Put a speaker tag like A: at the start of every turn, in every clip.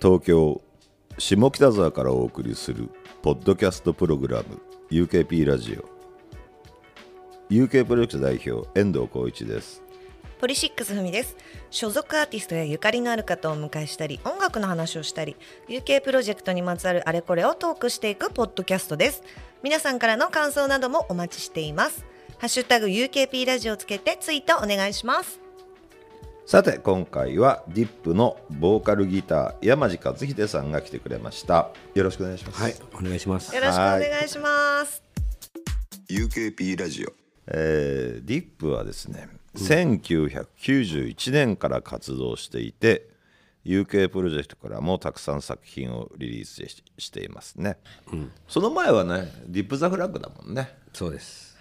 A: 東京下北沢からお送りするポッドキャストプログラム UKP ラジオ UK プロジェクト代表遠藤浩一です
B: ポリシックスふみです所属アーティストやゆかりのある方をお迎えしたり音楽の話をしたり UK プロジェクトにまつわるあれこれをトークしていくポッドキャストです皆さんからの感想などもお待ちしていますハッシュタグ UKP ラジオをつけてツイートお願いします
A: さて今回は DIP のボーカルギター山地和秀さんが来てくれましたよろしくお願いします、
C: はい、お願いします
B: よ。ろしくお願いします
D: UKP ラジオ
A: えー、DIP はですね、1991年から活動していて UK プロジェクトからもたくさん作品をリリースししていますね、その前はね「ディップ・ザ・フラッグ」だもんね
C: そうです。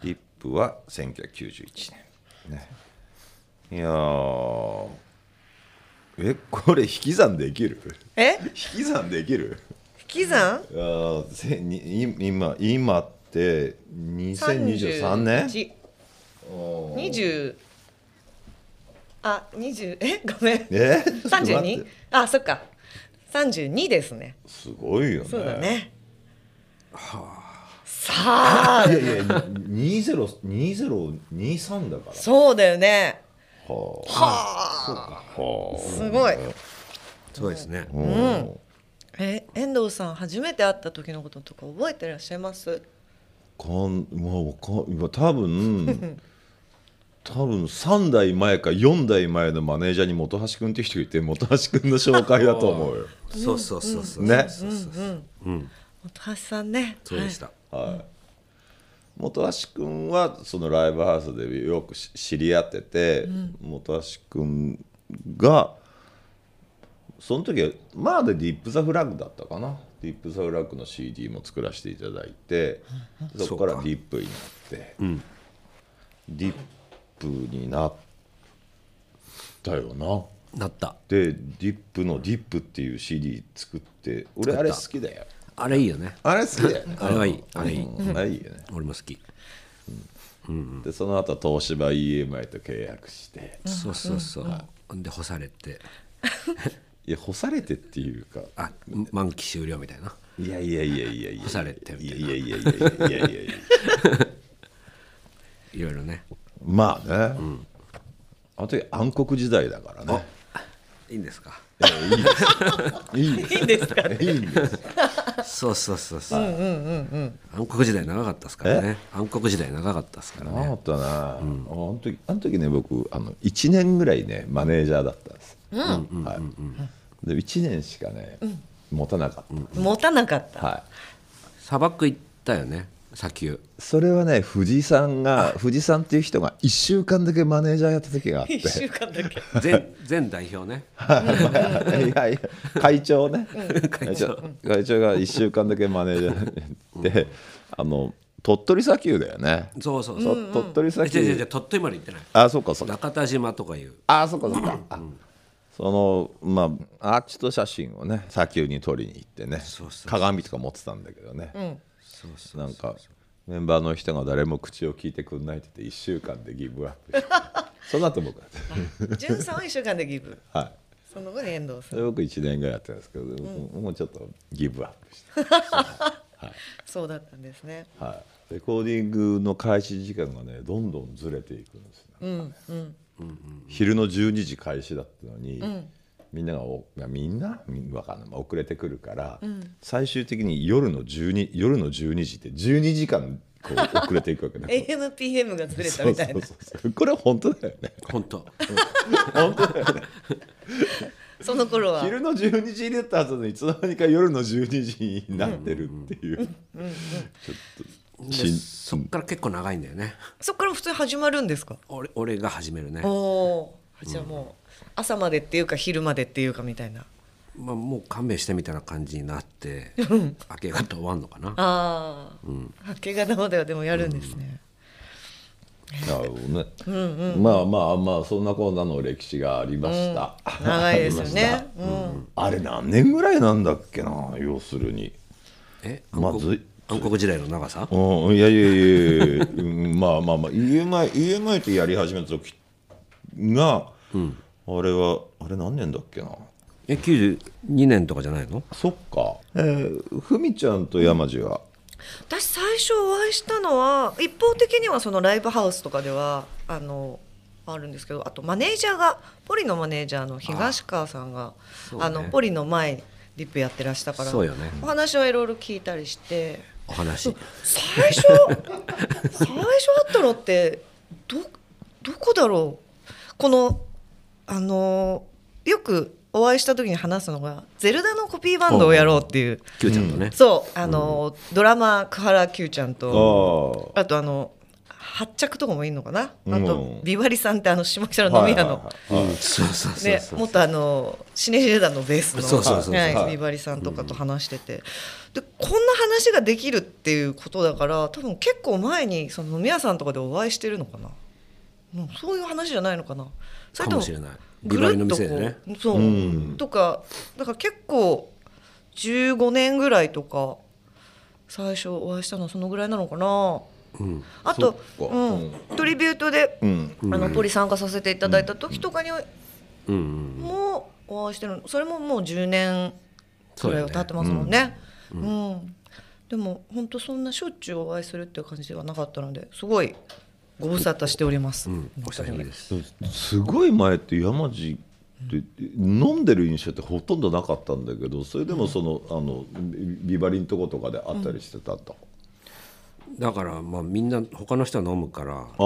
A: ディップは1991年ねいやーえこれ引き算できる
B: え
A: 引き算できる
B: 引き算
A: いやーせにい今今って2023年
B: 二十あ二十えごめん
A: え
B: 三十
A: ちょっと待っ
B: 二
A: て
B: あそっか三十二ですね
A: すごいよね
B: そうだねさあ
A: いやいや2023だから
B: そうだよね
A: は
B: は
A: あは
B: あすごい
C: そうですね。
A: あうん
B: え遠藤さん初めて会った時のこととか覚えてらっしゃいます
A: かんまあわかん今多分多分3代前か4代前のマネージャーに本橋君って人がいて本橋君の紹介だと思うよ
C: そうそうそうそう。
A: ね
C: そうそうそう
B: 本橋さんね
C: そうでした。
A: 本橋君はそのライブハウスでよくし知り合ってて、本橋君がその時はまあで「ディップ・ザ・フラッグ」だったかな「ディップ・ザ・フラッグ」の CD も作らせていただいて、そこから
C: そう
A: 「
C: か
A: ディップ」になって「ディップ」になったよな。
C: なった。
A: で「ディップ」の「ディップ」っていう CD 作って俺あれ好きだよ。
C: あれいいよね。
A: あれ好きだよね。
C: あれはいい。あれいい。
A: うんあれいいよね。
C: 俺も好き。
A: でその後東芝 EMI と契約して
C: そうそうそう。ほんで干されて、
A: いや干されてっていうか
C: あ、満期終了みたいな。
A: いやいやいやいやいや
C: 干されてみ
A: い
C: た
A: やい
C: いな
A: やいやいやいやいやいや
C: いろいろね。
A: まあね、あの時暗黒時代だからね
C: いいんですか。
A: いいんです
B: いいですか
A: いいんです
C: そうそうそうそう。暗黒時代長かったですからね。暗黒時代長かったですから
A: な
C: ね。
A: かったな、あの時あの時ね僕あの1年ぐらいねマネージャーだったんです、はい、で1年しかね、持たなかった、
B: 持たなかった
A: はい
C: 砂漠行ったよね。砂丘。
A: それはね藤井さんが藤井さんっていう人が1週間だけマネージャーやった時があって
B: 一週間 だけ
C: 全全代表ね。
A: いやいや 会長ね会長会長が1週間だけマネージャーであの鳥取砂丘だよね
C: そうそうそ。
A: そうう鳥取砂
C: え違う違う違
A: 丘
C: う鳥取まで行ってない。
A: あそうかそうか
C: 中田島とかいう。
A: あそうかそうかあそのまあアーチと写真をね砂丘に撮りに行ってね
C: そうそう
A: 鏡とか持ってたんだけどね
C: そうそう。
A: なんかメンバーの人が誰も口を聞いてくんないって言って1週間でギブアップして その後僕だった
B: じゅんさんは一週間でギブ
A: はい
B: その後遠藤
A: そ
B: さん
A: れ僕1年ぐらいやってるんですけど、もうもうちょっとギブアップして。
B: そうだったんですね
A: はい、レコーディングの開始時間がねどんどんずれていくんですよ、なんかね昼の12時開始だったのに、みんながおいやみんなみわかんない、まあ、遅れてくるから、最終的に夜の12夜の12時って12時間こう遅れていくわけね
B: AMPM がずれた
A: そう
B: み
A: そ
B: た
A: う
B: いな
A: そうそうこれ本当だよね
C: 本当。
B: その頃は
A: 昼の12時入れたはずなのにいつの間にか夜の12時になってるっていう、ちょっと
C: で
A: しん
C: そっから結構長いんだよね。
B: そこから普通に始まるんですか
C: 俺俺が始めるね。
B: おおーじゃあもう朝までっていうか昼までっていうかみたいな
C: まあもう勘弁してみたいな感じになって、明け方終わんのかな。
B: ああ、明け方まではでもやるんですね、
A: なるほどね、まあまあまあそんなこんなの歴史がありました、
B: 長いですよ
A: あり
B: ね
A: ま、したあれ何年ぐらいなんだっけな要するに
C: え、暗
A: まあ
C: 黒
A: ずい
C: 暗黒時代の長さ？
A: うんいやいやいやいや、うんまあまあまあ EMI, EMI ってやり始めた時が、あれはあれ何年だっけな
C: え92年とかじゃないの
A: そっかえーふみちゃんと山地は
B: 私最初お会いしたのは一方的にはそのライブハウスとかではあのあるんですけどあとマネージャーがポリのマネージャーの東川さんがあ、
C: そうね
B: のポリの前リップやってらしたから
C: そうよね
B: お話はいろいろ聞いたりして
C: お話
B: 最初最初会ったのってどどこだろうこのあのよくお会いした時に話すのが「ゼルダのコピーバンドをやろう」っていう。
C: Q ちゃんとね、
B: そうあの、ドラマー久原久ちゃん
A: あ
B: と
A: ー
B: あとあの発着とかもいいのかな、
A: うん
B: あとビバリさんってあの下北の飲み屋の、
A: はいはいはい
C: そうそうそう
B: ね
C: そう、
B: 元あのシネジェダのベースの
C: そうそうそうそう
A: は
B: はいい、ビバリさんとかと話してて、でこんな話ができるっていうことだから多分結構前にその飲み屋さんとかでお会いしてるのかな、うん、そういう話じゃないのかなそ
C: か
B: と
C: もしれないビバリの店でね
B: ぐるっとこうそう、
A: うん
B: とかだから結構15年ぐらいとか最初お会いしたのはそのぐらいなのかな
C: うん、
B: あと
A: そっか
B: う
A: うん
B: ん、トリビュートで、
A: うん
B: あのポリ参加させていただいた時とかに
C: うんうん
B: もお会いしてるのそれももう10年
C: そ
B: く
C: う
B: らい
C: よ
B: は
C: ね
B: 経ってますもんね。うんでも本当そんなしょっちゅうお会いするっていう感じではなかったのですごいご無沙汰しております。
C: うん、お久しぶりです
A: すごい前って山地って飲んでる印象ってほとんどなかったんだけどそれでもその,、あのビビバリンとことかで会ったりしてたと、
C: だからまあみんな他の人は飲むからまあ
A: ああああ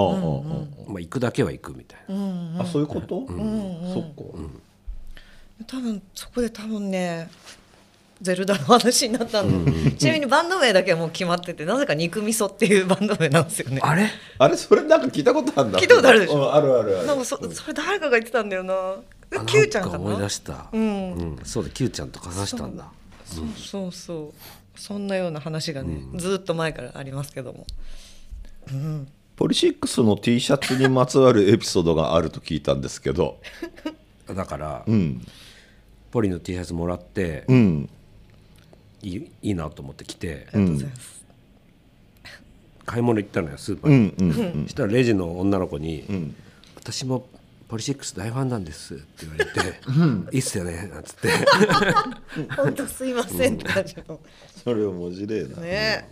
C: 行くだけは行くみたいな、
A: あそういうこと、そっか、
B: 多分そこで多分ねゼルダの話になったんで、ちなみにバンド名だけはもう決まっててなぜか肉味噌っていうバンド名なんですよね。
C: あれ
A: あれそれなんか聞いたことあるんだ
B: 聞いたことあるでしょ
A: うんあるあるある
B: なんかそそれ誰かが言ってたんだよな。
C: あ
B: キューちゃんか
C: な
B: なん
C: か思い出した、
B: うん
C: うんそうだ Q ちゃんとかざしたんだ
B: そうそうそうそんなような話がね、ずーっと前からありますけども
A: ポリシックスの T シャツにまつわるエピソードがあると聞いたんですけ ど
C: だから、
A: うん
C: ポリの T シャツもらって、
A: うん
C: いいいいなと思って来て、
B: ありがとうございます、
C: 買い物行ったのよスーパ
A: う
C: ーに、
A: んうん
C: そしたらレジの女の子に「
A: ん
C: 私もポリシックス大ファンなんです」って言われて「いいっすよね」なんつ って
B: 本当すいませんって感じの
A: それ面白いな、
B: ね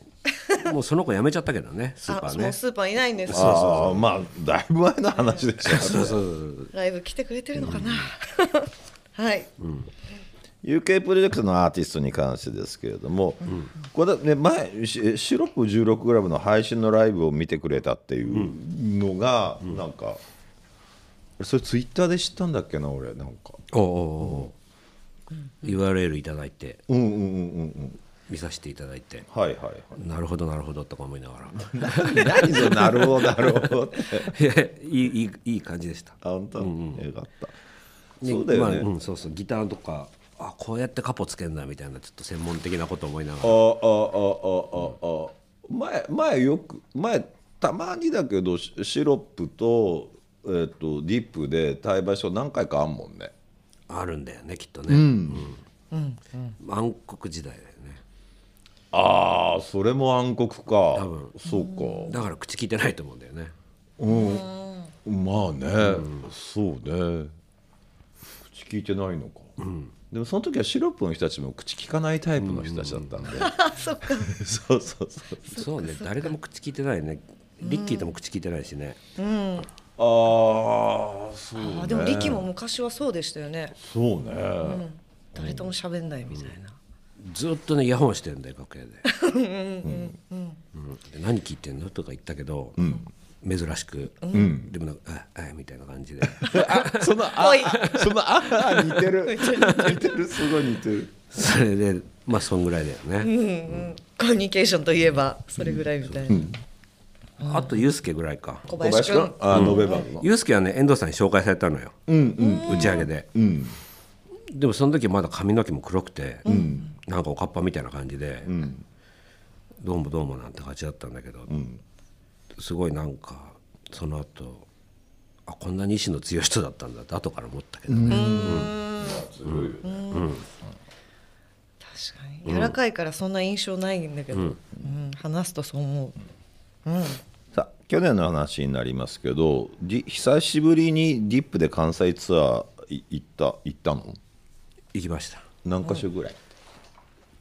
C: もうその子辞めちゃったけどねスーパ
B: あ
C: ー
B: もう
C: ね。
B: スーパーいないんです
A: ああまあだいぶ前の話で した
C: そうそうそう
B: ライブ来てくれてるのかな、はい、
A: UK プロジェクトのアーティストに関してですけれども、これね、前しシロップ 16g の配信のライブを見てくれたっていうのが、なんかそれツイッターで知ったんだっけな俺なんか
C: おうおうおう URL いただいて
A: うんうんうんうんうん
C: 見させていただいて
A: はいはいはい
C: なるほどなるほどとか思いながら
A: 何それなるほどなるほどって
C: いやいいいいいい感じでした。
A: あ本当、よかった
C: で
A: そうだよね、
C: まあうん、そうそうギターとかあこうやってカポつけんだみたいなちょっと専門的なこと思いなが
A: あ
C: ら
A: あああああ前前よく前たまにだけどシシロップと,、えっとディップで対話書何回かあんもんね
C: あるんだよねきっとね、うん暗黒時代だよね
A: ああそれも暗黒か多
C: 分
A: そうか
C: だから口聞いてないと思うんだよね
A: うんまあね、そうね口聞いてないのか、でもその時はシロップの人たちも口聞かないタイプの人たちだったん で、
B: あそっか
A: そうそうそう
C: そうね誰でも口聞いてないねリッキーとも口聞いてないしね、
A: ああそうね
B: あでもリキも昔はそうでしたよね
A: そうね、
B: 誰とも喋んないみたいな、
C: ずっとねイヤホンしてんだよ楽屋でうんで何聞いてんのとか言ったけど、珍しく、でもなんか「ああみたいな感じで
A: あそのあ
B: おい
A: そのあ あ 似てる似てるすごい似てる
C: それでまあそんぐらいだよね、
B: コミュニケーションといえばそれぐらいみたいな、
C: あとユースケぐらいか
B: 小林君
A: ああノベバンの
C: ユースケはね遠藤さんに紹介されたのよ、打ち上げで、でもその時まだ髪の毛も黒くて、なんかおかっぱみたいな感じで、どうもどうもなんて感じだったんだけど、すごいなんかその後あこんなに意志の強い人だったんだって後から思ったけどね、
B: 確かに柔らかいからそんな印象ないんだけど、うん話すとそう思う
A: さあ去年の話になりますけどディ久しぶりにディップで関西ツアーい行った行ったの
C: 行きました
A: 何箇所ぐらい、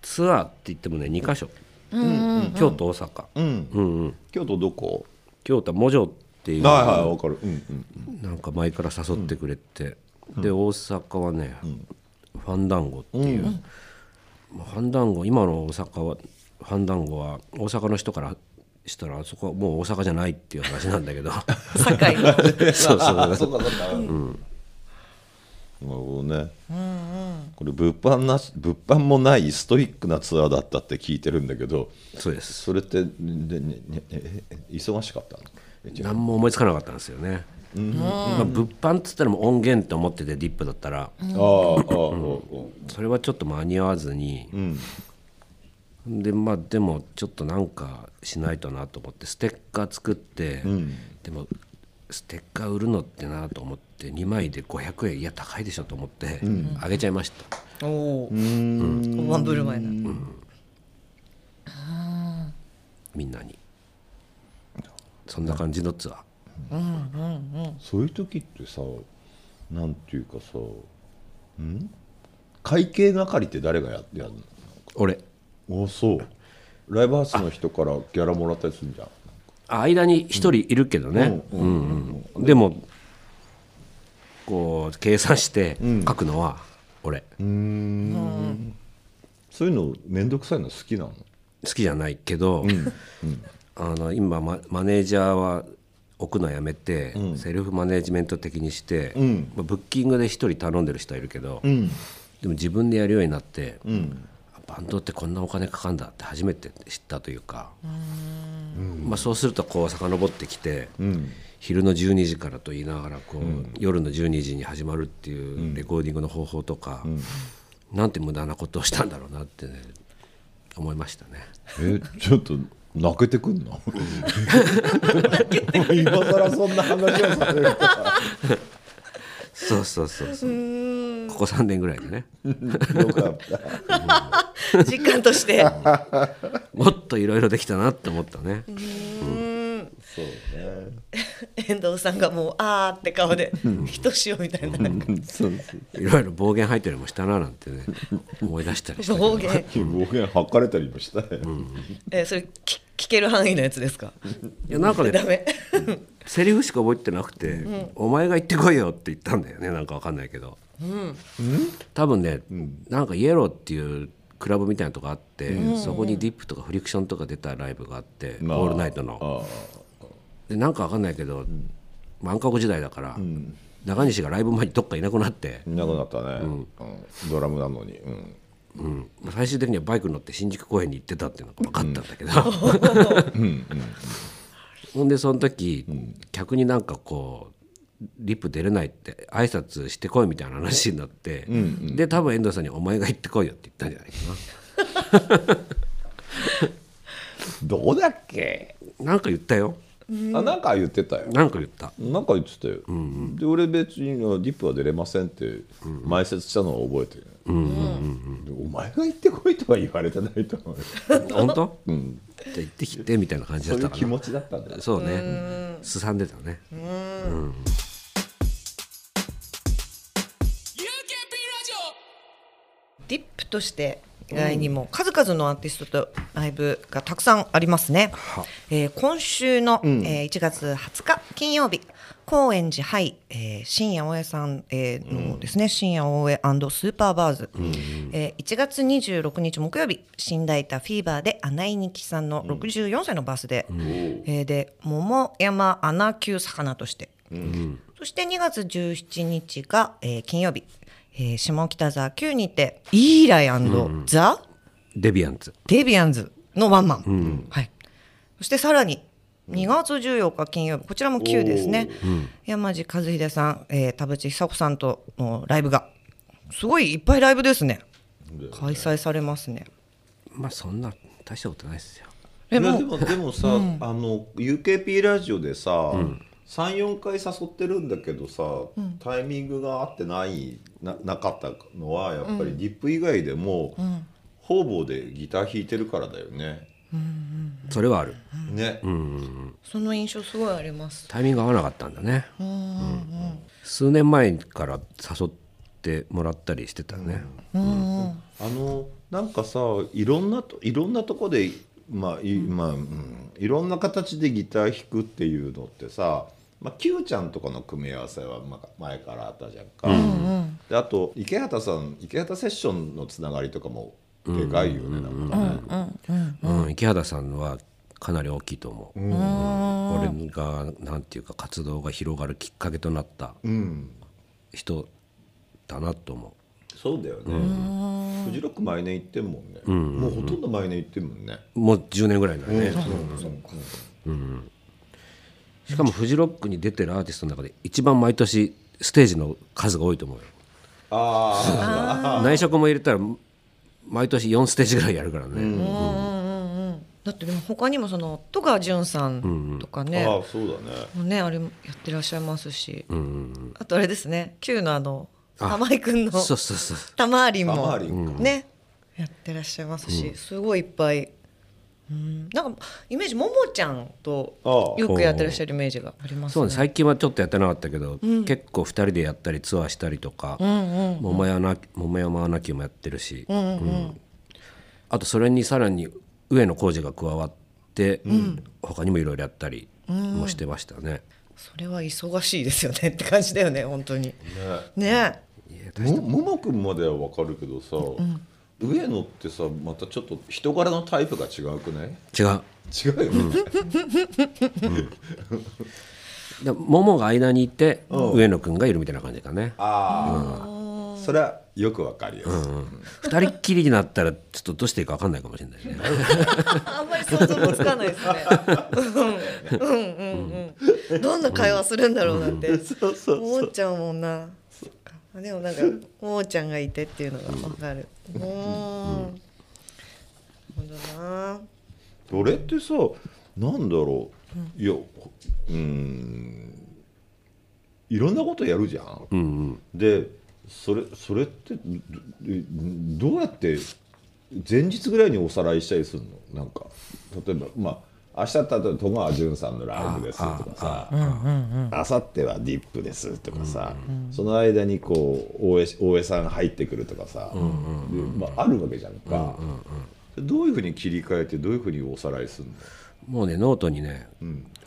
C: ツアーって言ってもね2か所、京都大阪、
A: 京都どこ
C: 京都はモジョっていう
A: はいはいわかる、うんうん、
C: なんか前から誘ってくれて、で大阪はね、ファンダンゴっていう、まあファンダンゴ今の大阪はファンダンゴは大阪の人からしたらあそこはもう大阪じゃないっていう話なんだ けど
B: 堺の
C: そうそ う
A: あそうかそうかうんなるほどね、これ物販なし物販もないストイックなツアーだったって聞いてるんだけど
C: そうです
A: それってでねねええ忙しかったのえ違う
C: 何も思いつかなかったんですよね、まあ、物販っつったらもう音源って思っててディップだったら、
A: ああああ、うん
C: それはちょっと間に合わずに、でまあでもちょっとなんかしないとなと思ってステッカー作って、でもステッカー売るのってなと思って2枚で500円いや高いでしょと思ってあげちゃいました、
B: おおー大盤振る舞いな
C: みんなにそんな感じのツアー
A: そういう時ってさなんていうかさん会計係って誰がやってやる
C: 俺
A: のあそうライブハウスの人からギャラもらったりするんじゃん
C: あ間に一人いるけどね、うんうんでもこう計算して書くのは俺、
A: そういうの面倒くさいの好きなの
C: 好きじゃないけど、あの今ママネージャーは置くのやめて、セルフマネージメント的にして、まあブッキングで一人頼んでる人はいるけど、でも自分でやるようになって、バンドってこんなお金かかんだって初めて知ったというか、まあ、そうするとこう遡ってきて、昼の12時からと言いながらこう、夜の12時に始まるっていうレコーディングの方法とか、なんて無駄なことをしたんだろうなってね思いましたね。
A: えちょっと泣けてくんな今更そんな話をされると
C: そうそうそうそう。ここ3年ぐらいでね。
A: よかった
B: 実感として
C: もっといろいろできたなって思ったね。
A: そうね
B: 遠藤さんがもうあーって顔でひとしおみたいななんか
A: そうそう
C: いろいろ暴言入ったりもしたななんてね思い出したり したけど
B: 暴言
A: 暴言吐かれたりもしたよ、
B: えーそれき聞ける範囲のやつですか
C: いやなんか
B: ダ
C: ね
B: メ
C: セリフしか覚えてなくて、お前が行ってこいよ」って言ったんだよねなんかわかんないけど、多分ね、なんかイエローっていうクラブみたいなとこあって、そこにディップとかフリクションとか出たライブがあって、
A: まあ
C: オールナイトの。
A: ああ
C: でなんかわかんないけど、万国時代だから、中西がライブ前にどっかいなくなって、
A: いなくなったね、うんドラムなのに、うん、
C: うん最終的にはバイクに乗って新宿公園に行ってたっていうのが分かったんだけど、ほんでその時、客になんかこうリップ出れないって挨拶してこいみたいな話になって、で多分遠藤さんに「お前が行ってこいよ」って言ったんじゃないか
A: どうだっけ、
C: ななんか言ったよ
A: あなんか言ってたよ
C: なんか言った
A: なんか言ってたよ、で俺別にあ「ディップは出れません」って埋設したのを覚えてる、でお前が行ってこいとは言われてないと思う
C: 「本当、じゃあ行ってきて」みたいな感じ
A: そう
C: だっ
A: いう
C: た
A: 気
C: か
A: 持
C: な
A: ちだったんだよ
C: そうねすさんでたね
B: ディップとして以外にも数々のアーティストとライブがたくさんありますね、えー今週の、えー1月20日金曜日高円寺ハイ、えー、深夜大江さん、えーのですね、深夜大江スーパーバーズ、えー1月26日木曜日新大田フィーバーで穴井ニキさんの64歳のバースデー、えーで桃山穴級魚として、そして2月17日が、えー金曜日、えー下北沢9にてイーライザ・
C: デビアンツ
B: デビアンズのワンマン、はい、そしてさらに2月14日金曜日こちらも9ですね、山地和秀さん、えー田淵久子さんとのライブがすごいいっぱいライブですね開催されますね
C: まあそんな大したことないですよ
B: え
A: いや
B: も
A: で
B: う
A: もでもさ、あの UKP ラジオでさ、34回誘ってるんだけどさ、タイミングが合ってないななかったのはやっぱりディップ以外でも、方々でギター弾いてるからだよね。
C: それはある
A: ね、
B: その印象すごいあります
C: タイミング合わなかったんだね、数年前から誘っしてもらったりしてたね、
A: あのなんかさいろんなといろんなとこでまあい,、まあうん、いろんな形でギター弾くっていうのってさ、まあ、Q ちゃんとかの組み合わせはまあ前からあったじゃんか、であと池畑さん池畑セッションのつながりとかもでかいよね、なんかね、
C: うん池原さんのはかなり大きいと思う、俺がなんていうか活動が広がるきっかけとなった人だなと思う
A: そうだよね、フジロック毎年行ってんもんね、もうほとんど毎年行ってんもんね、
C: もう10年ぐらいだね、
A: そっか
C: しかもフジロックに出てるアーティストの中で一番毎年ステージの数が多いと思うよ
A: あ
C: 内職も入れたら毎年4ステージぐらいやるからね、
B: だってでも他にもその戸川純さんとか
A: ー、
B: ね、
A: あーそうだね
B: もうねあれもやってらっしゃいますし、あとあれですね Q のあの玉井くんの
C: そうそうそう
B: タマーリン
A: タマ
B: も
A: ーリンか
B: ねやってらっしゃいますし、すごいいっぱい。うん、なんかイメージももちゃんと
A: ああ
B: よくやってらっしゃるイメージがあります
C: そう
B: ね。
C: ね最近はちょっとやってなかったけど、結構2人でやったりツアーしたりとか「桃山な桃山アナキ」もやってるし、うんあとそれにさらに上野浩二が加わって、他にもいろいろやったりもしてましたね。
B: それは忙しいですよねって感じだよね本当に。ね
A: もももくんまではわかるけどさ、上野ってさまたちょっと人柄のタイプが違うくない
C: 違う
A: 違うよね、
C: で桃が間にいて、上野くんがいるみたいな感じかね
A: ああそれはよくわかるよ、
C: 二人っきりになったらちょっとどうしていいか分かんないかもしれないね
B: あんまり想像もつかないですね。うんうんうんうん。どんな会話するんだろうなって。
A: そうそう
B: ももちゃんもんな。そっかでもなんかももちゃんがいてっていうのがわかる。うーん。なるほどな。
A: どれってさなんだろういやほうーんいろんなことやるじゃん、でそれそれってどどどうやって前日ぐらいにおさらいしたりするのなんか例えばまあ明日だったら戸川純さんのライブですとかさ明後日はディップですとかさ、その間にこう大江大江さん入ってくるとかさ、でまあ、あるわけじゃんか、どういうふうに切り替えてどういうふうにおさらいするの
C: もうねノートにね、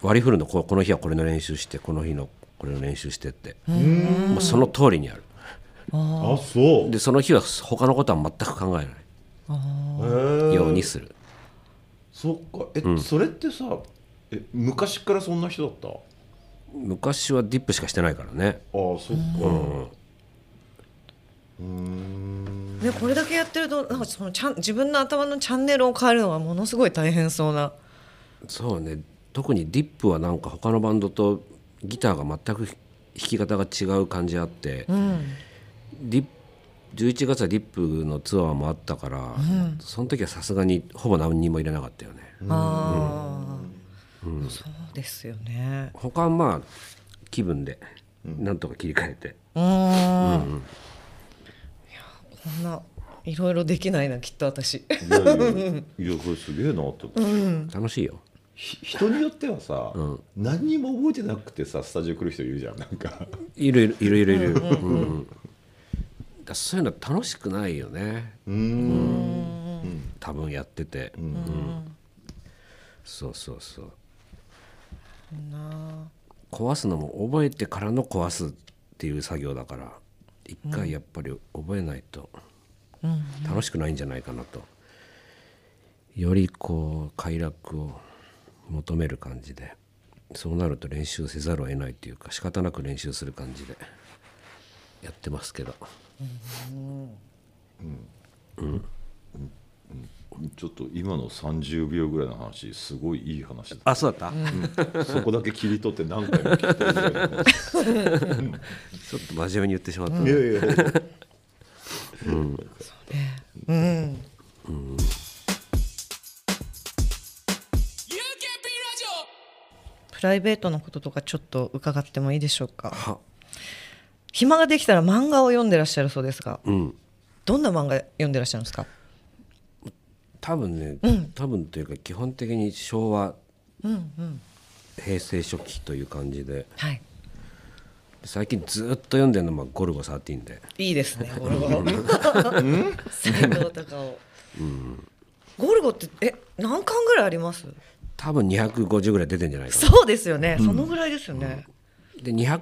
C: 割り振るのここの日はこれの練習してこの日のこれの練習してってもうその通りにある
A: あそう
C: でその日は他のことは全く考えな
A: へ
C: い
A: え
C: ようにする、
A: そっかえ、それってさえ昔からそんな人だったあ
C: 昔はディップしかしてないからね
A: ーそっか、
B: ねこれだけやってるとなんかそのちゃん自分の頭のチャンネルを変えるのはものすごい大変そうな。
C: そうね特にディップはなんか他のバンドとギターが全く弾き方が違う感じあって、ディップ11月はディップのツアーもあったから、その時はさすがにほぼ何にも入れなかったよね、
B: ああ。そうですよね。
C: 他はまあ気分でなんとか切り替えて、
B: うーん。いやこんないろいろできないなきっと私。
A: いやいやいやこれすげえなと思って、
C: 楽しいよ
A: ひ人によってはさ、何にも覚えてなくてさスタジオ来る人いるじゃんなんか
C: いるいるいるいるいる、うんだそういうのは楽しくないよねうん多分やってて、うんそうそうそう
B: な
C: 壊すのも覚えてからの壊すっていう作業だから一回やっぱり覚えないと楽しくないんじゃないかなとよりこう快楽を求める感じでそうなると練習せざるを得ないというか仕方なく練習する感じでやってますけど
A: ちょっと今の30秒ぐらいの話すごいいい話だ
C: あそうだった、
A: そこだけ切り取って何回も聞いてるんだよね
C: ちょっと真面目に言ってしまった
A: い
C: な
A: やいや
B: プライベートのこととかちょっと伺ってもいいでしょうか。
C: は
B: 暇ができたら漫画を読んでらっしゃるそうですが、
C: うん
B: どんな漫画読んでらっしゃるんですか。
C: 多分ね、多分というか基本的に昭和、平成初期という感じで
B: はい。
C: 最近ずっと読んでるのは「ゴルゴ13」で
B: いいです ねゴルゴ最高とかを、ゴルゴってえ何巻ぐらいあります
C: 多分250ぐらい出てんじゃないかな
B: そうですよね、そのぐらいですよね、
C: で200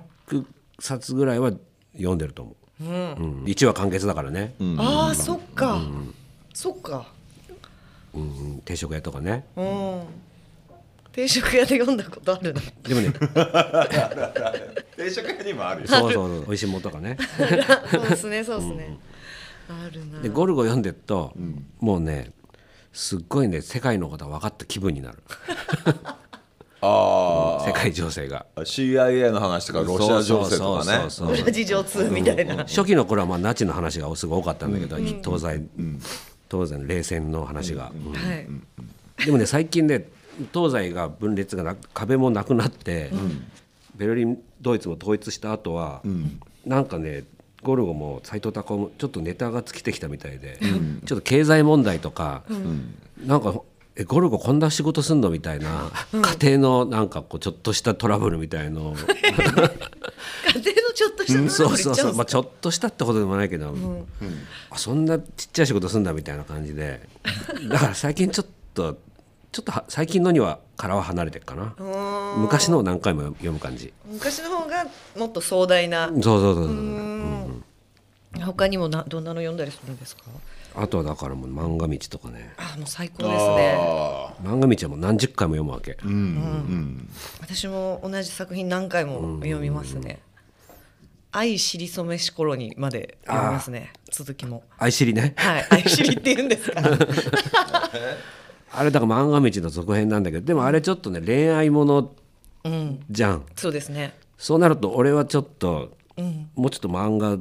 C: 冊ぐらいは読んでると思う、うん1話完結だからね、うん
B: ああそっか、そっか
C: うん定食屋とかね
B: うん定食屋で読んだことあ るな
C: で もね
A: 定食屋にもあるよ
C: そうそうそう美味しいもんとかね
B: そうですね、そうですね。あるな。
C: でゴルゴ読んでると、もうねすっごいね世界のことが分かった気分にな る
A: あ
C: 世界情勢が
A: あ CIA の話とかロシア情勢とかね
C: そうそうそうそう
B: 裏事情通みたいな。
C: 初期の頃はまあナチの話がすごい多かったんだけど、東西、東西の冷戦の話が、うん
B: はい。
C: でもね最近ね東西が分裂がな壁もなくなって、ベルリンドイツも統一した後は、なんかねゴルゴも斎藤隆夫もちょっとネタが尽きてきたみたいで、ちょっと経済問題とか、なんかえゴルゴこんな仕事すんのみたいな、家庭のなんかこうちょっとしたトラブルみたいのを
B: 家庭のちょっとしたと
C: そ
B: こ
C: う
B: ろに
C: そ
B: 行っ
C: う
B: ちゃ
C: そうう、
B: ん
C: まあ、
B: です
C: ちょっとしたってことでもないけど、あそんなちっちゃい仕事すんだみたいな感 じでだから最近ちょっとちょっとは最近のにはからは離れてるかな昔のを何回も読む感じ
B: 昔の方がもっと壮大な。
C: そうそうそうそう
B: うん。他にもなどんなの読んだりするんですか。
C: あとはだからもう漫画道とかね
B: あもう最高ですね。
A: あ
C: 漫画道はもう何十回も読むわけ、
B: 私も同じ作品何回も読みますね。愛知りそめし頃にまで読みますね。続きも。
C: 愛知 りね
B: はい、愛知りって言うんですか。
C: あれだから漫画道の続編なんだけどでもあれちょっとね恋愛もの
B: うん、
C: じゃん
B: そうですね。
C: そうなると俺はちょっと、もうちょっと漫画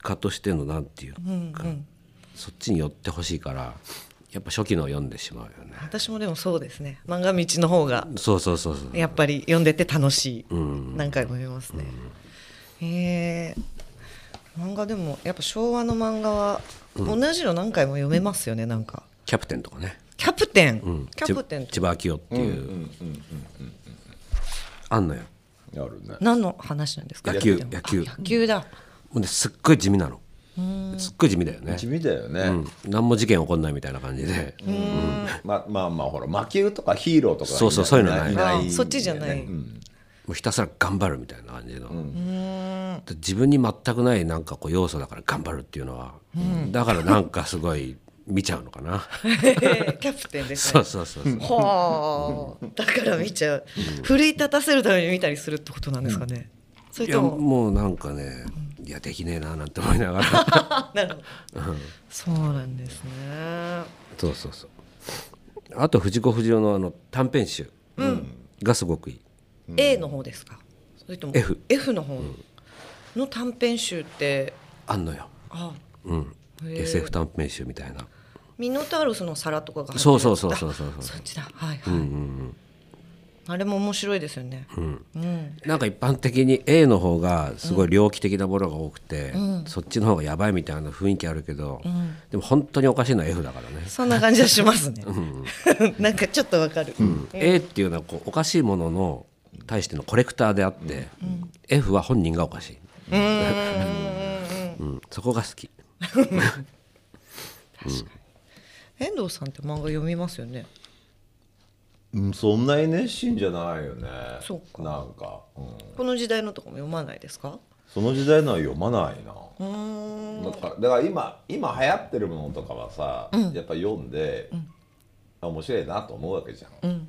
C: 家としてのなんていうか、そっちに寄ってほしいからやっぱ初期のを読んでしまうよね
B: 私もでもそうですね。漫画道の方が
C: そうそうそうそう
B: やっぱり読んでて楽しい、何回も読みますね、へえ漫画でもやっぱ昭和の漫画は同じの何回も読めますよねなんか
C: キャプテンとかね
B: キャプテン、
C: うん
B: キャプテンっ
C: ち
B: て
C: 千葉明夫っていう,、あんのよ
A: ああるね
B: 何の話なんですか
C: 野球
B: キャプテンは
C: 野球
B: あ野球 だ
C: もうねすっごい地味なのすっごい地味だよね
A: 地味だよね、
C: うん、何も事件起こんないみたいな感じで、
A: ままあまあほら魔球とかヒーローとか
C: そうそうそういうのない
A: んだよね
B: あそっちじゃない
A: うん
C: もうひたすら頑張るみたいな感じの、で自分に全くないなんかこう要素だから頑張るっていうのは、だからなんかすごい見ちゃうのか な
B: キャプテンです
C: そ
B: ね
C: うそうそうそう
B: はあだから見ちゃう奮い立たせるために見たりするってことなんですかね、それ
C: いや
B: とも
C: もうなんかねいやできねえななんて思いながら
B: なるほど、そうなんですね
C: そうそうそうあと藤子不二雄のあの短編集がすごくいい、
B: A の方ですかそれとも
C: F
B: F の方の短編集って
C: あんのよ、
B: あ
C: うん、
B: へえ
C: SF 短編集みたいな
B: ミノタウロスの皿とかが入ってる
C: そうそうそうそうそう
B: あそっちだはいはい、あれも面白いですよねうん、
C: なんか一般的に A の方がすごい猟奇的なものが多くて、そっちの方がやばいみたいな雰囲気あるけど、でも本当におかしいのは F だからね、
B: そんな感じはしますね、 なんかちょっとわかる、
C: A っていうのはこうおかしいものの対してのコレクターであって、F は本人がおかしい、 うんそこが好き
B: 遠藤さんって漫画読みますよね
A: うん、そんなに熱心じゃないよね
B: そうか
A: なんか、うん、
B: この時代のとかも読まないですか
A: その時代のは読まないなだからだから今今流行ってるものとかはさ、やっぱ読んで、あ面白いなと思うわけじゃん、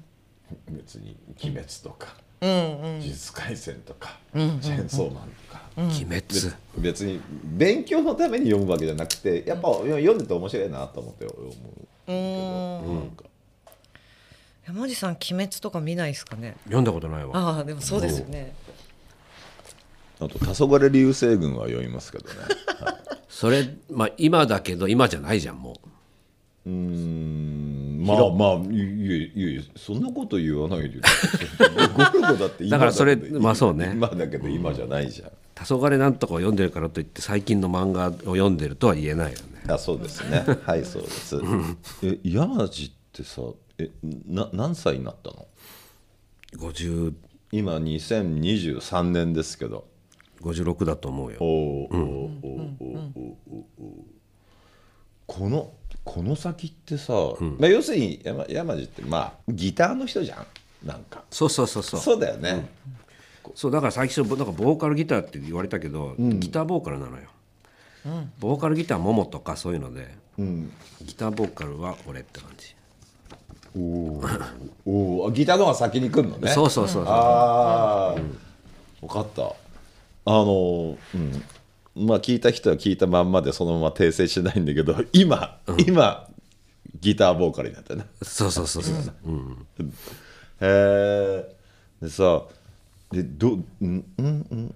A: 別に「鬼滅」とか「呪術廻戦」とか「チェーンソーマン」とか、
C: 「鬼滅」
A: 別別に勉強のために読むわけじゃなくてやっぱ読んでて面白いなと思って読むけどなんか
B: 山地さん鬼滅とか見ないですかね
C: 読んだことないわ
B: ああでもそうですよね
A: あと「黄昏流星群」は読みますけ どね
C: それ、まあ、今だけど今じゃないじゃんもう
A: うーんまあまあいいやいやそんなこと言わないで よゴルゴだって今
C: だからそれ
A: けど
C: まあそうね
A: 今だけど今じゃないじゃん、
C: 「黄昏なんとか」を読んでるからといって最近の漫画を読んでるとは言えないよね
A: あそうです ねはいそうですえ山地ってさえな何歳になったの
C: 50
A: 今2023年ですけど
C: 56だと思うよ
A: おおおおおおこのこの先ってさ、まあ、要するに山山路ってまあギターの人じゃんなんか
C: そうそうそうそう
A: そうだよね、
C: そうだから最初なんかボーカルギターって言われたけど、ギターボーカルなのよ、ボーカルギターももとかそういうので
A: うん
C: ギターボーカルは俺って感じ、
A: おおおおギターの方が先に来るのね
C: そうそうそうそう
A: ああ、分かったあのうんまあ聞いた人は聞いたまんまでそのまま訂正しないんだけど今、今ギターボーカルになったね
C: そうそうそうそう、
A: へえでさでどうんうんうんう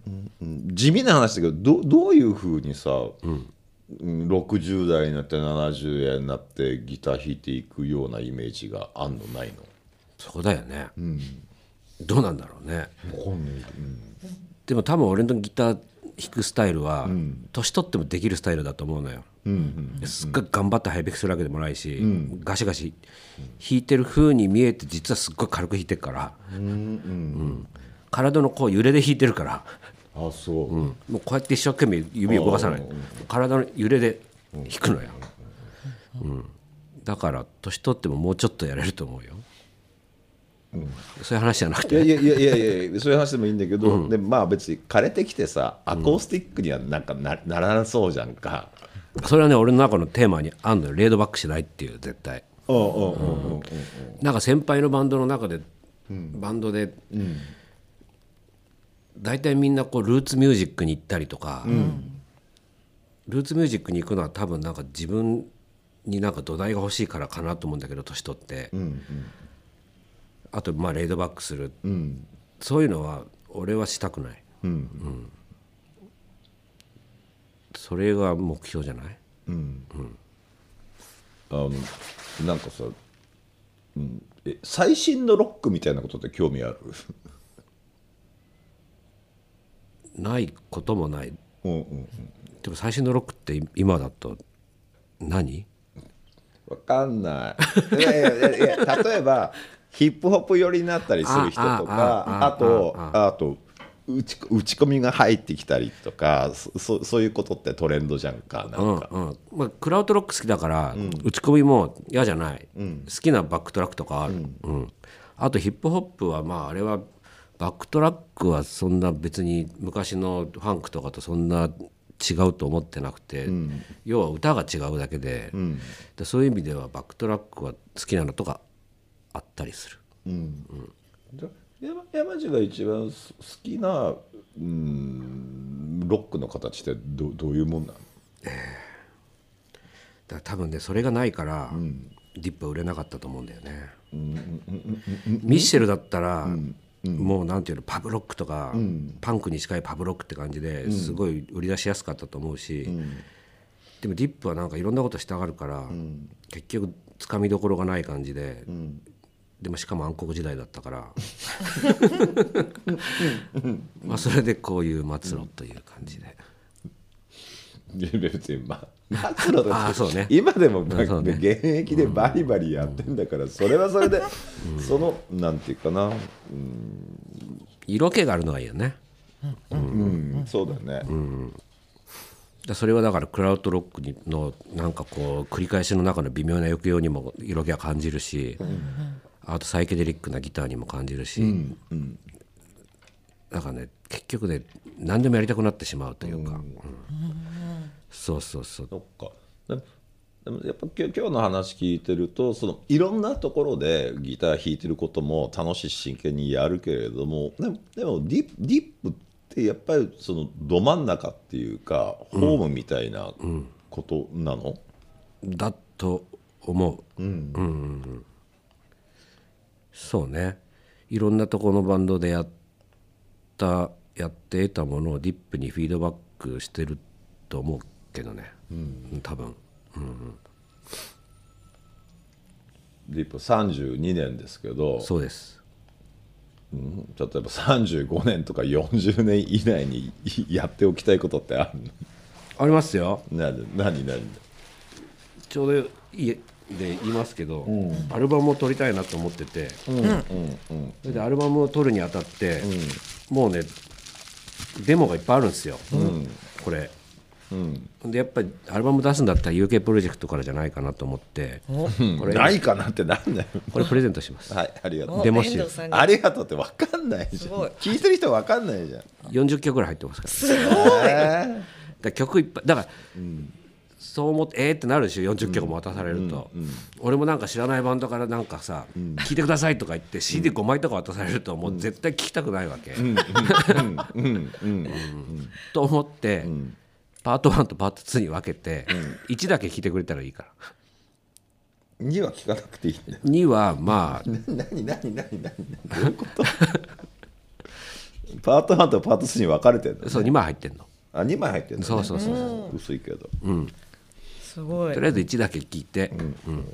A: んうん地味な話だけどどどういうふうにさ、うん60代になって70代になってギター弾いていくようなイメージがあんのないの
C: そうだよね、どうなんだろうね
A: わかんない
C: でも多分俺のギター弾くスタイルは、年取ってもできるスタイルだと思うのよ、すっごい頑張ってハイベクするわけでもないし、ガシガシ弾いてる風に見えて実はすっごい軽く弾いてるから、うん体のこう揺れで弾いてるから、
A: あそう、
C: もうこうやって一生懸命指を動かさない体の揺れで弾くのよ、うん、だから年取ってももうちょっとやれると思うよ、そういう話じゃなく
A: いや
C: て
A: いやいやいやいやそういう話でもいいんだけど、でまあ別に枯れてきてさアコースティックにはなんかな,、ならなそうじゃんか。
C: それはね俺の中のテーマにあんのよレードバックしないっていう絶対
A: うんうんうんうん
C: なんか先輩のバンドの中で、バンドで、大体みんなこうルーツミュージックに行ったりとか、ルーツミュージックに行くのは多分なんか自分になんか土台が欲しいからかなと思うんだけど年取って、あとまあレイドバックする、そういうのは俺はしたくない、うんそれが目標じゃない
A: あのなんかさ、うん、え最新のロックみたいなことって興味ある
C: ないこともない
A: うんうん
C: でも最新のロックって今だと何
A: わかんないいやいやいやいや例えば ヒップホップ寄りになったりする人とか
C: あ
A: あ
C: あ
A: と
C: あ
A: あと打ち打ち込みが入ってきたりとかそそそういうことってトレンドじゃんかなんか。
C: うんうんまあ、クラウドロック好きだから、打ち込みも嫌じゃない、好きなバックトラックとかある、うんあとヒップホップはまああれはバックトラックはそんな別に昔のファンクとかとそんな違うと思ってなくて、要は歌が違うだけで,、でそういう意味ではバックトラックは好きなのとかあったりする
A: じゃ山山地が一番す好きな、うん、ロックの形ってどどういうもんなの
C: だから多分ねそれがないから、ディップは売れなかったと思うんだよね、ミッシェルだったら、もうなんていうのパブロックとか、パンクに近いパブロックって感じですごい売り出しやすかったと思うし、でもディップはなんかいろんなことしたがるから、結局つかみどころがない感じで、でもしかも暗黒時代だったから まあそれでこういう末路という感じで。
A: いや別にまあ末路だ
C: あーそうね
A: 今でも、まあ
C: そうね
A: 現役でバリバリやってんだから、それはそれで、そのなんていうかな、
C: 色気があるのがいいよね
A: うんそうだよね、
C: だそれはだからクラウドロックにのなんかこう繰り返しの中の微妙な抑揚にも色気は感じるし、あとサイケデリックなギターにも感じるし、だからね結局ね何でもやりたくなってしまうというか、うんそうそうそう
A: そっかでもでもやっぱきょ今日の話聞いてるとそのいろんなところでギター弾いてることも楽しいし真剣にやるけれどもでもでもディディップってやっぱりそのど真ん中っていうかホームみたいなことなの、
C: だと思う、うんうんうんそうねいろんなところのバンドでやったやって得たものをディップにフィードバックしてると思うけどね、多分
A: ディップ32年ですけど
C: そうです
A: 例えば35年とか40年以内にいやっておきたいことってある
C: ありますよ
A: の何何何
C: ちょうどいいで言いますけど、アルバムを撮りたいなと思ってて、それでアルバムを撮るにあたって、もうねデモがいっぱいあるんですよ、これ。でやっぱりアルバム出すんだったら UK プロジェクトからじゃないかなと思って
A: うん
C: これ
A: ないかなってなんだよ
C: これプレゼントします
A: はいありがと
B: お
A: う
C: デモ集
B: 遠藤さんに
A: ありがとうって分かんないじ
B: す
A: ゃん
B: ごい
A: 聞いてる人分かんないじゃん
C: 40曲ぐらい入ってますから
B: すごい
A: えー
C: だから曲いっぱいだから、そう思ってえーってなるでしょ40曲も渡されると、俺もなんか知らないバンドからなんかさ「聴、いてください」とか言って CD5 枚とか渡されるともう絶対聴きたくないわけ、 と思って、パート1とパート2に分けて、1だけ聴いてくれたらいいから
A: には聞かなくていいんだよ
C: 2はまあ
A: 何何何何何どういうことパート1とパート2に分かれてるの
C: そう2枚入ってんの
A: あ2枚入ってるの、ね、
C: そうそうそう
A: 薄いけど、
B: すごい
C: とりあえず1だけ聴いて、うん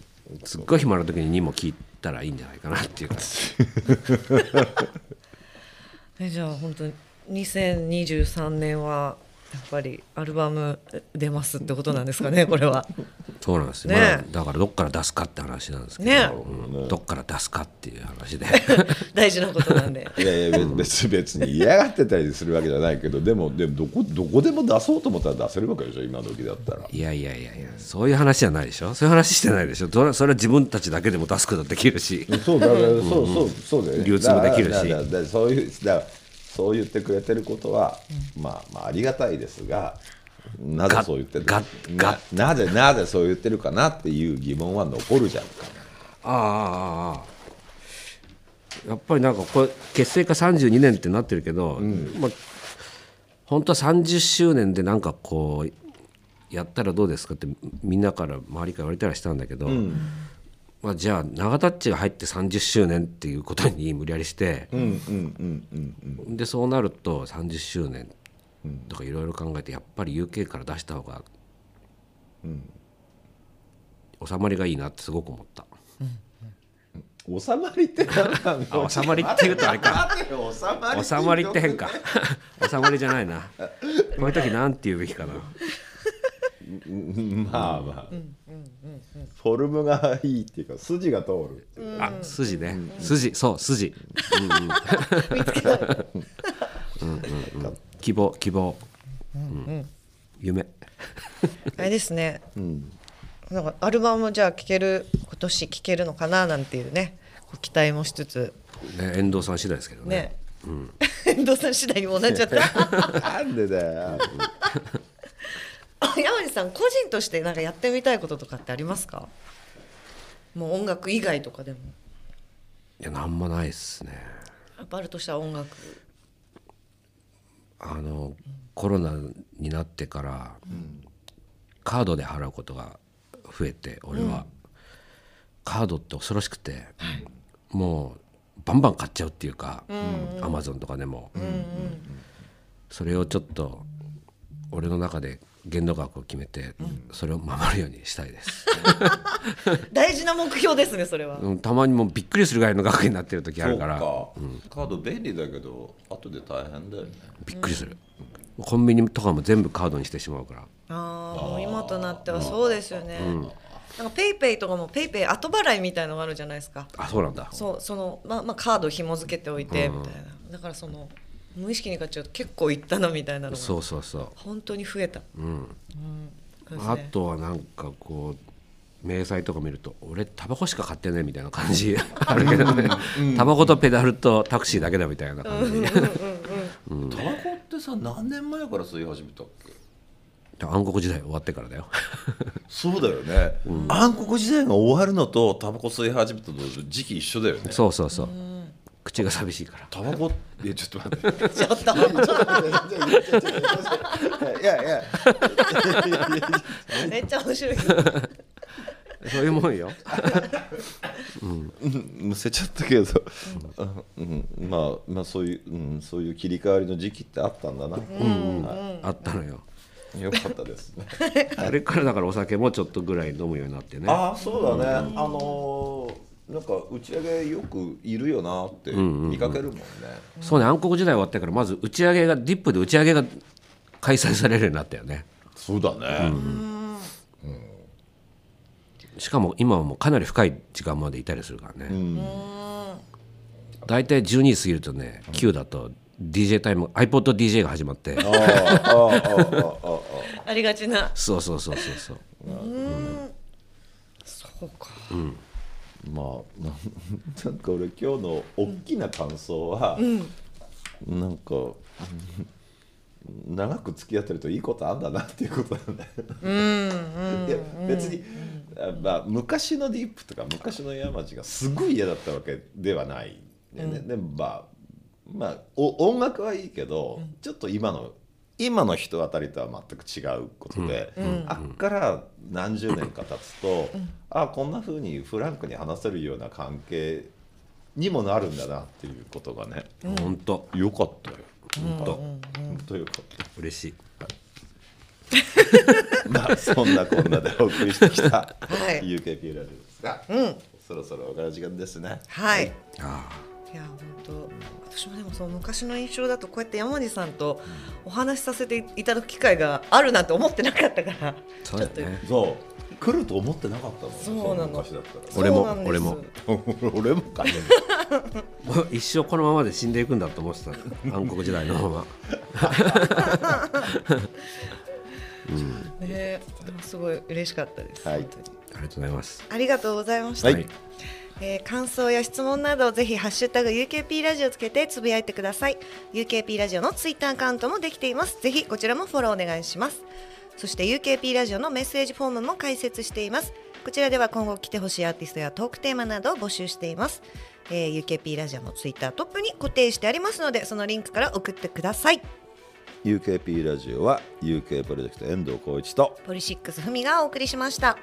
C: すっごい暇な時に2も聴いたらいいんじゃないかなっていうか
B: えじゃあ本当に2023年はやっぱりアルバム出ますってことなんですかねこれは
C: そうなんですよ、
B: ね
C: まあだからどっから出すかって話なんですけど、
B: ね
C: うんどっから出すかっていう話で
B: 大事なことなんで
A: いやいや別別別に嫌がってたりするわけじゃないけどでもでもどこどこでも出そうと思ったら出せるわけでしょ今時だったら
C: いやいやいやいやそういう話じゃないでしょそういう話してないでしょそれそれは自分たちだけでも出すことできるし
A: そうだからそうそうそうだよね
C: 流通もできるし
A: だからだからだからそういうだからそう言ってくれてることは、まあまあありがたいですがなぜそう言ってる
C: がが
A: ななぜなぜそう言ってるかなっていう疑問は残るじゃんか
C: ああああああやっぱりなんかこれ結成か32年ってなってるけど、まあ、本当は30周年でなんかこうやったらどうですかってみんなから周りから言われたりはしたんだけど、まあ、じゃあ永田っちが入って30周年っていうことに無理やりして、でそうなると30周年とかいろいろ考えてやっぱり UK から出した方が収まりがいいなってすごく思った。
A: 収まりって何なんだろ
C: あ収まりって言うとあれか
A: 待てよ収まり
C: 収まりって変か 収まりじゃないなこういう時なんて言うべきかな
A: まあまあ、フォルムがいいっていうか筋が通る
C: あ筋ね筋そう筋うんうんうん希望希望うん夢
B: あれですね、なんかアルバムもじゃあ聴ける今年聴けるのかななんていうねこう期待もしつつ
C: ね遠藤さん次第ですけどね
B: ね、 遠藤さん次第にもうなっちゃった
A: なんでだよ
B: 山地さん個人としてなんかやってみたいこととかってありますかもう音楽以外とかでも
C: いやなんもないっすね
B: やっぱあるとしたら音楽
C: あのコロナになってからカードで払うことが増えて俺はカードって恐ろしくてもうバンバン買っちゃうっていうかアマゾンとかでもそれをちょっと俺の中で限度額を決めてそれを守るようにしたいです、
B: 大事な目標ですねそれは、
C: うんたまにもうびっくりするぐらいの額になってる時あるから
A: カード便利だけど後で大変だよね
C: びっくりするコンビニとかも全部カードにしてしまうから
B: ああもう今となってはそうですよね、なんかペイペイとかもペイペイ後払いみたいのがあるじゃないですか
C: あそうなんだ
B: そうそのまあまあカード紐付けておいてみたいな、だからその無意識に買っちゃうと結構いったなみたいなのが
C: そうそうそう
B: 本当に増えた、うんそうです
C: あ
B: ね、
C: とはなんかこう明細とか見ると俺タバコしか買ってないみたいな感じあるけどねタバコとペダルとタクシーだけだみたいな感じ
E: タバコってさ何年前から吸い始めたっけ
C: 暗黒時代終わってからだよ
E: そうだよね、暗黒時代が終わるのとタバコ吸い始めたのと時期一緒だよね
C: そうそうそう口が寂しいから
E: タバコえちょっと待って
B: ちょっと
A: いやいや
B: めっちゃ面白い
C: そういうもんよ
A: むせちゃったけど、うんうん、まあまあそういう、うん、そういう切り替わりの時期ってあったんだな、は
C: あったのよ
A: い、よかったですね
C: あれからだからお酒もちょっとぐらい飲むようになってね
A: ああそうだね、あのーなんか打ち上げよくいるよなって見かけるもんね、
C: そうね暗黒時代終わってからまず打ち上げがディップで打ち上げが開催されるようになったよね
A: そうだね、
C: しかも今はもうかなり深い時間までいたりするからね、大体12時過ぎるとね9だと DJ タイム iPodDJ が始まって
B: ありがちな
C: そうそうそうそうそう
B: そうか
A: まあ なんなんか俺今日の大きな感想は、なんかうん長く付き合ってるといいことあんだなっていうことなんだよ。いや別に、あまあ、昔のディープとか昔の山地がすごい嫌だったわけではないんだよね、でもまあ、まあ、お音楽はいいけど、ちょっと今の今の人あたりとは全く違うことで、あっから何十年か経つと、あこんな風にフランクに話せるような関係にもなるんだなっていうことがね、
C: 本当
A: よかったよ。
C: 本当
A: 本当よかった。
C: 嬉しい
A: まあそんなこんなでお送りしてきた
B: はい
A: UKP ラジオですが、そろそろお別れの時間ですね。
B: はい、い
C: あ
B: や本当私もでもその昔の印象だとこうやって山地さんとお話しさせていただく機会があるなんて思ってなかったから
C: そうだよね
A: そう来ると思ってなかったもんね。
B: そうなの
A: ん昔だった
C: 俺も
B: そうなんです
C: 俺も
A: ら。 俺もかね。
C: もう一生このままで死んでいくんだと思ってた暗黒時代のまま
B: ねでもすごい嬉しかったです、
A: はい
B: 本当に
C: ありがとうございます
B: ありがとうございました、
A: はい
B: えー感想や質問などぜひハッシュタグ UKP ラジオつけてつぶやいてください UKP ラジオのツイッターアカウントもできていますぜひこちらもフォローお願いしますそして UKP ラジオのメッセージフォームも開設していますこちらでは今後来てほしいアーティストやトークテーマなどを募集しています、えー UKP ラジオのツイッタートップに固定してありますのでそのリンクから送ってください
A: UKP ラジオは UK プロジェクト遠藤浩一と
B: ポリシックスふみがお送りしました